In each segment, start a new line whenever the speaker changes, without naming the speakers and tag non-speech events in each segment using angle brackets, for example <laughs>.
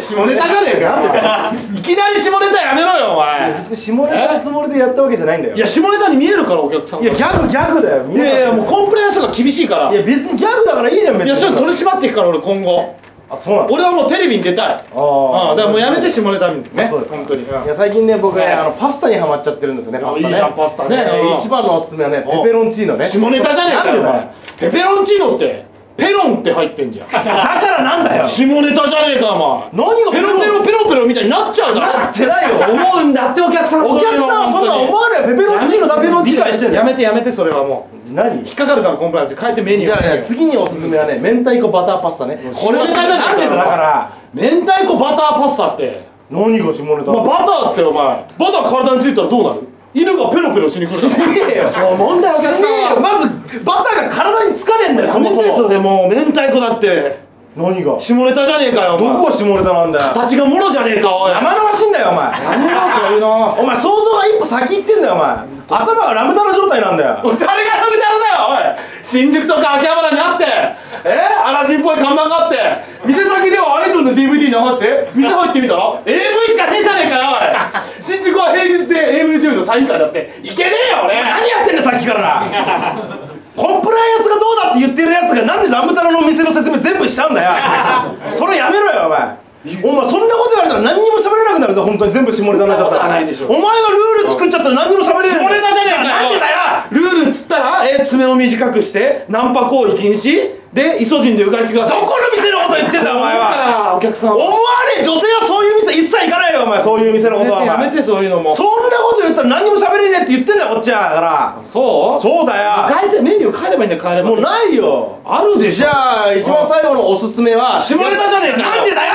下ネタじゃねえかよいきなり下ネタやめろよお前
別に下ネタのつもりでやったわけじゃないんだよ
いや下ネタに見えるからお客さん
いやギャグギャグだよ
いやいやもうコンプライアンスが厳しいから
いや別にギャグだからいいじゃん別
い
に
やそれ取り締まっていくから俺今後
あそうなんだ
俺はもうテレビに出たいあ
ー
あだからもうやめて下ネタ見るね
あそうですか
本当に、うん
いや最近ね僕ね
はい
あのパスタにハマっちゃってるんですよね
いや
パスタね
いいじゃんパスタねうん
一番のおすすめはね
うん
ペペロンチーノね
下ネタじゃねえかよお
なんで
前ペ
だよ
ペロンチーノってペロンって入ってんじゃん下
だからなんだよ
ネタじゃねえかお前
何が
ペロペロペロペロみたいになっちゃうから
なってないよ思うんだってお客さ
ん
お客さんはそんな思わないよペペロンチーノだけの理解してんの
やめてやめてそれはもう
何
引っかかるからコンプライアンス変えてメニュー
じゃあね次におすすめはね明太子バターパスタね
これは
下ネタなんでだよだから
明太子バターパスタって
何が下ネタ
お前バターってお前バター体についたらどうなる犬がペロペロしに来るから
ねえよ問題お客さんはまずバターが体につかねえんだよそもそ
やめてそ
も
れもう明太子だって
何が
下ネタじゃねえかよお
ど
前
こが下ネタなんだよ
形がもろじゃねえかおい
生々しいんだよお前
何だそういうの
お前想像が一歩先行ってんだよお前頭がラムダの状態なんだよ
誰がラムダルだよおい新宿とか秋葉原にあってえアラジンっぽい看板があって店先ではアイドルの DVD 流して店入ってみたら AV しかねえじゃねえかよおい新宿は平日で AV 女優のサイン会だっていけねえよ俺
何やってんだよさっきからコンプライアンスがどうだって言ってるやつがなんでラムダのお店の説明全部しちゃうんだよそれやめろよお前お前そんなこと言われたら何にも喋れなくなるぞ本当に全部下ネタになっちゃっ
そんなこ
た
とはな
ら
いでしょ
お前がルール作っちゃったら何にも喋れない
下ネタじゃねえかよ
なんでだ
ル
よ
ールっつったらえ爪を短くしてナンパ行為禁止でイソジンでうがいしてくだ
ど
さい
この店のこと言ってんだよお前は
お客さん
思わねえ女性はそういう店一切行かないよお前そういう店のことはお前
やめてそういうのも
そんなこと言ったら何にも喋れねえって言ってんだよこっちはだから
そう
そうだよ
変えてメニュー変えればいいんだよ変えれば
もうないよ
あるでしょ
じゃあ一番最後のおすすめは
下ネタじゃねえかよ
なんでだよ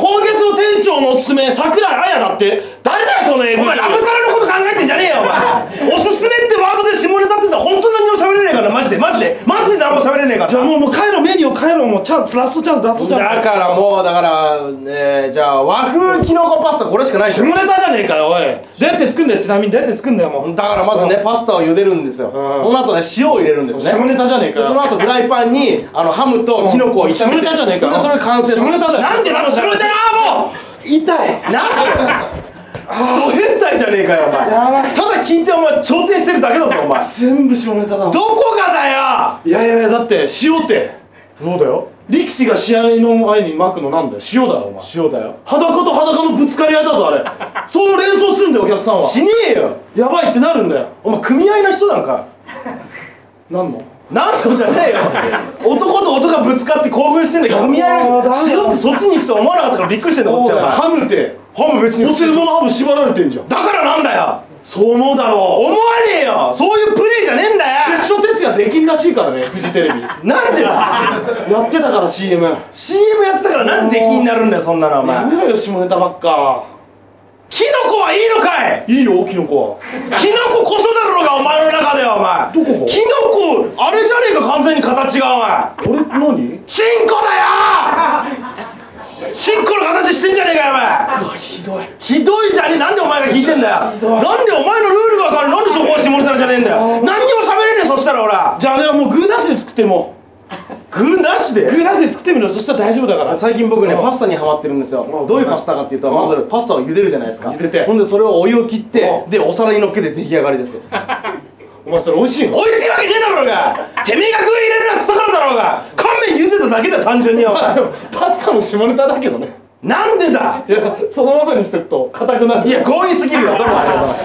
今月の店長のおすすめ桜井彩だって誰だよその AV
お前ラブタラのこと考えてんじゃねえよお <laughs> 前おすすめってワードで下ネタって言ったら本当に何にも喋れねえからマジでマジでマジで何も喋れねえか
じゃあ
ら
もうもう帰ろうメニューを帰ろうもうチャンスラストチャンスラストチャンス
だからもうだからねえじゃあ和風きのこパスタこれしかないでし
下
ょ
ネタじゃねえかよおいどうやって作るんだよちなみにどうやって作るんだよもう
だからまずねパスタを茹でるんですよその後ね塩を入れるんですね
下ネタじゃねえかよ
その後フライパンにあのハムとキノコを炒め
下
て
ネタじゃねえか
でそれ完成
下ネタだよ
なんでだろ下ネタだもう
痛い
なんでド変態じゃねえかよお前
やばい
ただ聞いてお前調停してるだけだぞお前
全部下ネタだ
どこがだよ
いやいやいやだって塩って
そうだよ
力士が試合の前に巻くのなんだよ塩だよお前
塩だよ
裸と裸のぶつかり合いだぞ
<laughs>
あれそう連想するんだよお客さんは
しねえよ
やばいってなるんだよ
お前組合の人なんか
なんの
なんとじゃねえよ男と男がぶつかって興奮してんだけど組合の
そうだ
人
よ
塩ってそっちに行くとは思わなかったからびっくりしてんだこっちはお前
ハムって
ハム別に
お世話のハム縛られてんじゃん
だからなんだよ
そう思うだろ
思わねえよそういうプレイじゃねえんだ
う別
よ
所哲也できんらしいからねフジテレビや
なんで <laughs> だ
ってたから CM
CM やってたからなんで出禁になるんだよそんなのお
や
前
めろよ下ネタばっか
キノコはいいのかい
いいよキノコは
キノコこそだろうがお前の中ではお前
どこが
キノコあれじゃねえか完全に形がお前
俺何
チンコだよチンコの形してんじゃねえかよお前
ひどい
ひどいじゃねえなんでお前が聞いてんだよなんでお前のルールが変わるなんでそこは下ネタじゃねえんだよ何にも喋れねえそしたら俺
じゃあねもう具なしで作っても
グーなしで
具なしで作ってみろよそしたら大丈夫だから
最近僕ね
うん
パスタにハマってるんです
う
よ
ん
どういうパスタかっていうと
うん
まずパスタを茹でるじゃないですか
茹でて
ほんでそれをお湯を切って
うん
でお皿に乗っけて出来上がり <laughs> です
お前それ美味しいの
美味しいわけねえだろう <laughs> がてめえが具入れるやつだからだろうが乾麺茹でただけだよ単純 <laughs> にお
まあで
前
もパスタも下ネタだけどね
なんでだ
いやそのままにしてくと硬くなる
いや強引すぎるよどうもありがとうございます